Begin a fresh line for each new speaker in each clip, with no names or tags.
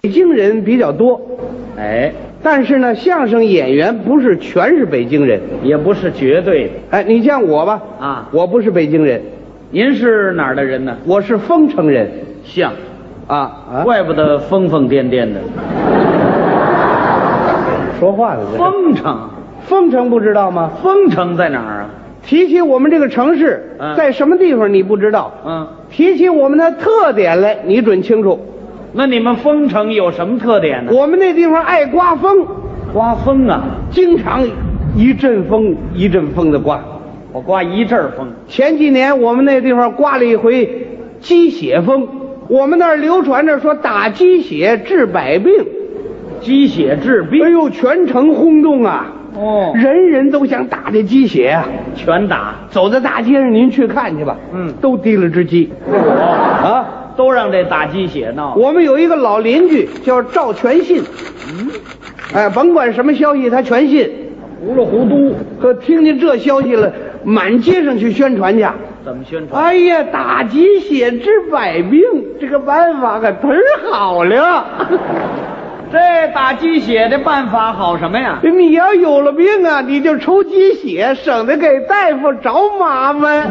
北京人比较多，
哎，
但是呢，相声演员不是全是北京人。
也不是绝对的。
哎，你像我吧，
啊
我不是北京人，
您是哪儿的人呢？
我是丰城人，
像，
啊啊，
怪不得疯疯癫癫的。
说话呢这是
丰城，
丰城不知道吗？
丰城在哪儿啊？
提起我们这个城市
嗯
在什么地方，你不知道；
嗯，
提起我们的特点来，你准清楚。
那你们丰城有什么特点呢？
我们那地方爱刮风，
刮风啊，
经常一阵风一阵风的刮。
我刮一阵儿风。
前几年我们那地方刮了一回鸡血风，我们那儿流传着说打鸡血治百病，
鸡血治病
哎。呦，全城轰动啊！
哦
人人都想打这鸡血啊！
全打，
走在大街上，您去看去吧，
嗯
都提了只鸡啊！
都让这打鸡血闹。
我们有一个老邻居叫赵全信，哎，甭管什么消息他全信，
糊里糊涂，
可听见这消息了，满街上去宣传去。
怎么宣传？
哎呀，打鸡血治百病，这个办法可忒好了。
这打鸡血的办法好什么呀？
你要有了病啊，你就抽鸡血，省得给大夫找麻烦。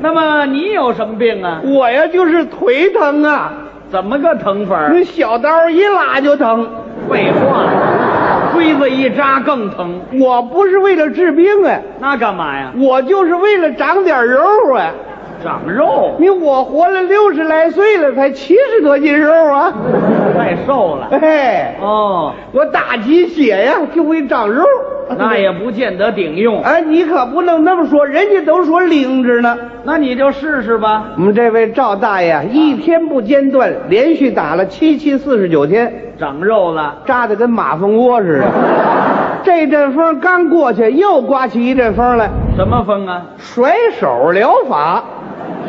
那么你有什么病啊？
我呀就是腿疼啊，
怎么个啊疼法儿？
那小刀一拉就疼。
废话，锥子一扎更疼，
我不是为了治病啊，
那干嘛呀？
我就是为了长点肉啊。
长肉，
你我活了六十来岁了，才七十多斤肉啊。
太瘦了。
哎，
哦，
我打鸡血呀就会长肉。
那也不见得顶用。
哎，你可不能那么说，人家都说灵着呢。
那你就试试吧，
我们这位赵大爷啊一天不间断，连续打了七七四十九天，
长肉了，
扎的跟马蜂窝似的。这阵风刚过去，又刮起一阵风来，
什么风啊？
甩手疗法。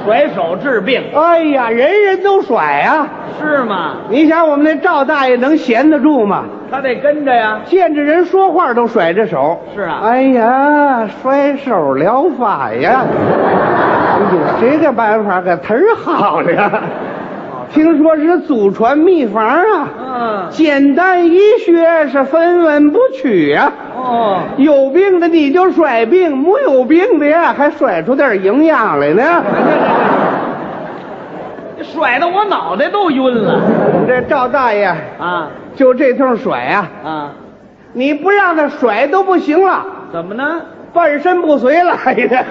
甩手治病
哎呀，人人都甩啊！
是吗？
你想我们那赵大爷能闲得住吗？
他得跟着呀。
见着人说话都甩着手。
是啊
哎呀，甩手疗法呀！哎呦，这个办法可忒儿好了呀！听说是祖传秘方啊，
嗯，
简单医学是分文不取呀、
哦。
有病的你就甩病，没有病的呀还甩出点营养来呢。
甩的我脑袋都晕了
这赵大爷
啊
就这通甩啊，
啊！
你不让他甩都不行了，
怎么呢？
半身不遂来的，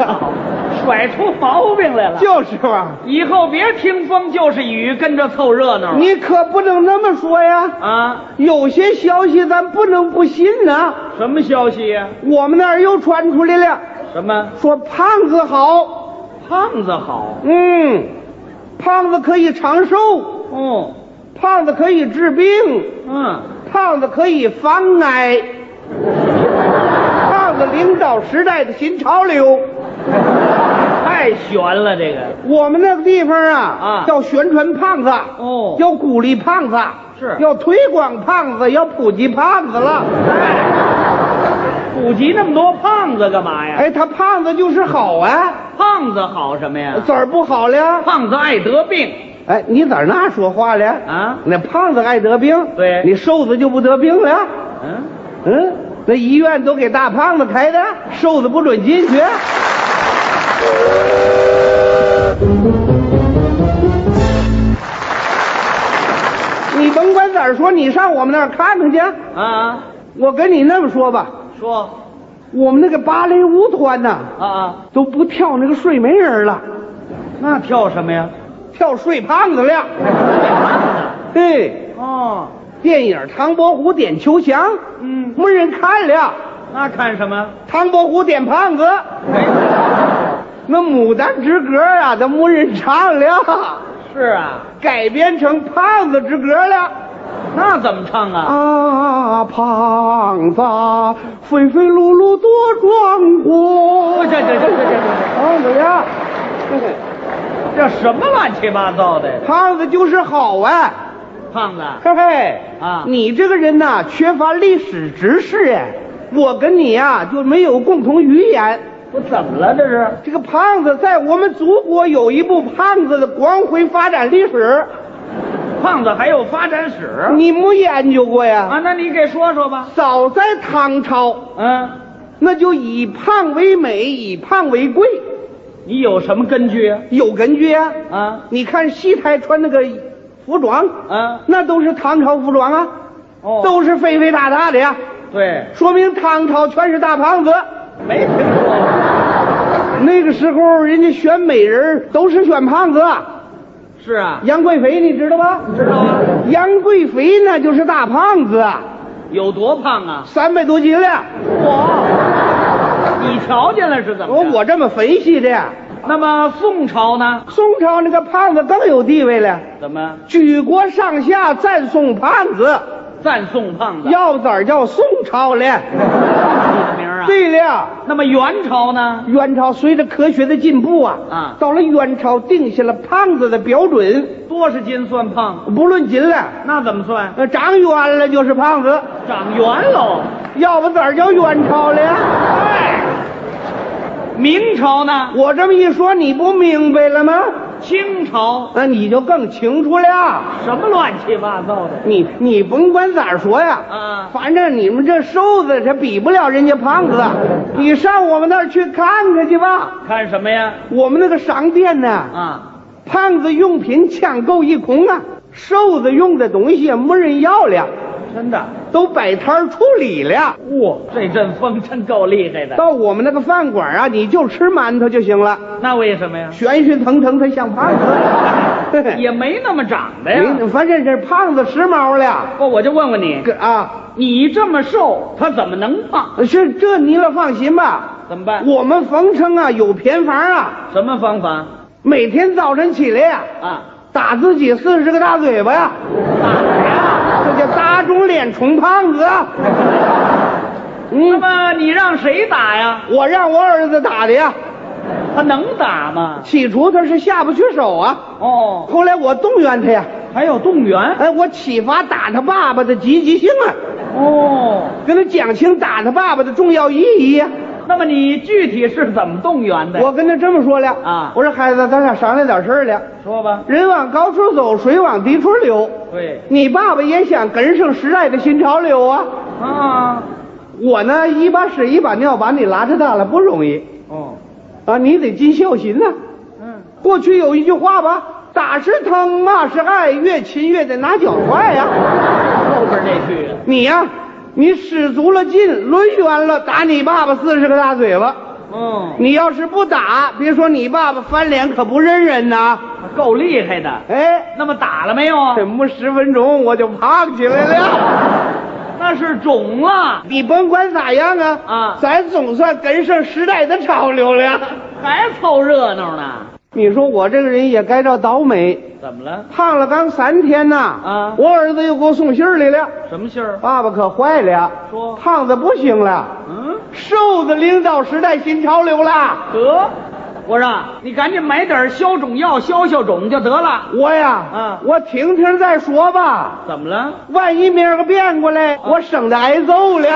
甩出毛病来了。
就是嘛。
以后别听风就是雨，跟着凑热闹。
你可不能那么说呀！
啊，
有些消息咱不能不信呐。
什么消息呀、
我们那儿又传出来了，
什么
说胖子好，
胖子好？
嗯，胖子可以长寿，
哦，
胖子可以治病，
嗯，
胖子可以防癌， 胖子领导时代的新潮流。
太悬了这个。
我们那个地方啊，
啊
要宣传胖子，
哦
要鼓励胖子，
是
要推广胖子，要普及胖子了。
普及那么多胖子干嘛呀？
哎，他胖子就是好啊，
胖子好什么呀？
咋儿不好了？
胖子爱得病
哎，你咋那说话了？
啊
那胖子爱得病，
对
你瘦子就不得病了。
嗯，
嗯，那医院都给大胖子开的，瘦子不准进去。你甭管咋说，你上我们那儿看看去。
啊，
我跟你那么说吧，
说
我们那个芭蕾舞团呐、
啊，
都不跳那个睡美人了，
那跳什么呀？
跳睡胖子了。对，
哦，
电影《唐伯虎点秋香》
嗯，
没人看了，
那看什么？
唐伯虎点胖子。
哎
那《牡丹之歌》啊，都没人唱了，
是啊，
改编成胖子之歌了。
那怎么唱啊？
啊，胖子，啊肥肥碌碌多壮
这
观。
这这这这
胖子呀，
这这什么乱七八糟的？
胖子就是好啊，
胖子，
嘿嘿
啊
你这个人呐、缺乏历史知识哎，我跟你呀、就没有共同语言。
我怎么了？这是
这个胖子在我们祖国有一部胖子的光辉发展历史，
胖子还有发展史
你没研究过呀？
啊？那你给说说吧。
早在唐朝，
嗯，
那就以胖为美，以胖为贵，
你有什么根据啊？
有根据啊。
啊
你看西台穿那个服装，
啊
那都是唐朝服装啊，
哦，
都是肥肥大大的呀，
对，
说明唐朝全是大胖子。
没听说。
那个时候人家选美人儿都是选胖子，
是啊，
杨贵妃你知道吧？
知道啊，
杨贵妃那就是大胖子，啊，
有多胖啊？
三百多斤了。
我，哦你瞧见了是怎么
我
着？
我这么分析的呀，
那么宋朝呢？
宋朝那个胖子更有地位了，
怎么
举国上下赞颂胖子，
赞宋胖子？
要不咋儿叫宋朝了？
你的名儿啊？
对了。
那么元朝呢？
元朝随着科学的进步啊，
啊
到了元朝定下了胖子的标准，
多少斤算胖？
不论斤了，
那怎么算？
呃，长圆了就是胖子，
长圆喽。
要不咋叫元朝了呀？
哎，明朝呢？
我这么一说，你不明白了吗？
清朝
那你就更清楚了。
什么乱七八糟的
你你甭管咋说呀，
啊？
反正你们这瘦子他比不了人家胖子，你上我们那儿去看看去吧。
看什么呀？
我们那个商店呢，
啊，
胖子用品抢购一空啊，瘦子用的东西也没人要了，
真的，
都摆摊儿处理了。
哇，这阵风真够厉害的。
到我们那个饭馆啊，你就吃馒头就行了，
那为什么呀？
悬悬腾腾，他像胖子。
也没那么长的呀。
没反正这胖子时髦了，
不，我就问问你，
个啊，
你这么瘦，他怎么能胖？
是这你了放心吧，
怎么办？
我们冯城啊有偏方啊，
什么方法
每天早晨起来呀、
啊？
打自己四十个大嘴巴呀，
哪呀？
这叫打肿脸充胖子啊。
那
嗯，
么你让谁打呀？
我让我儿子打的呀。
他能打吗？
起初他是下不去手啊，
哦，
后来我动员他呀，
还有动员
哎，我启发打他爸爸的积极性啊，
哦。
跟他讲清打他爸爸的重要意义呀、
那么你具体是怎么动员的呀？
我跟他这么说了
啊
我说孩子，咱俩商量点事儿了。
说吧。
人往高处走，水往低处流。
对
你爸爸也想跟上时代的新潮流啊。
啊，
我呢，一把屎一把尿把你拉扯大了不容易
哦，
啊，你得尽孝心呐、
嗯，
过去有一句话吧，打是疼，骂是爱，越亲越得拿脚踹呀、
后边那句
你呀、你使足了劲，抡圆了打你爸爸四十个大嘴巴。
嗯，
你要是不打，别说你爸爸翻脸，可不认人呐。
够厉害的。
哎，
那么打了没有？
这么十分钟我就胖起来了。
那是肿了，
你甭管咋样啊，
啊
咱总算跟上时代的潮流了。
还凑热闹呢。
你说我这个人也该着倒霉，
怎么了？
胖了刚三天呐。
啊
我儿子又给我送信儿来了，
什么信儿？
爸爸可坏了，
说
胖子不行了，
嗯，
瘦子领导时代新潮流了。
得，我说你赶紧买点消肿药消消肿就得了。
我呀，
嗯
我听听再说吧。
怎么了？
万一明儿个变过来，我省得挨揍了。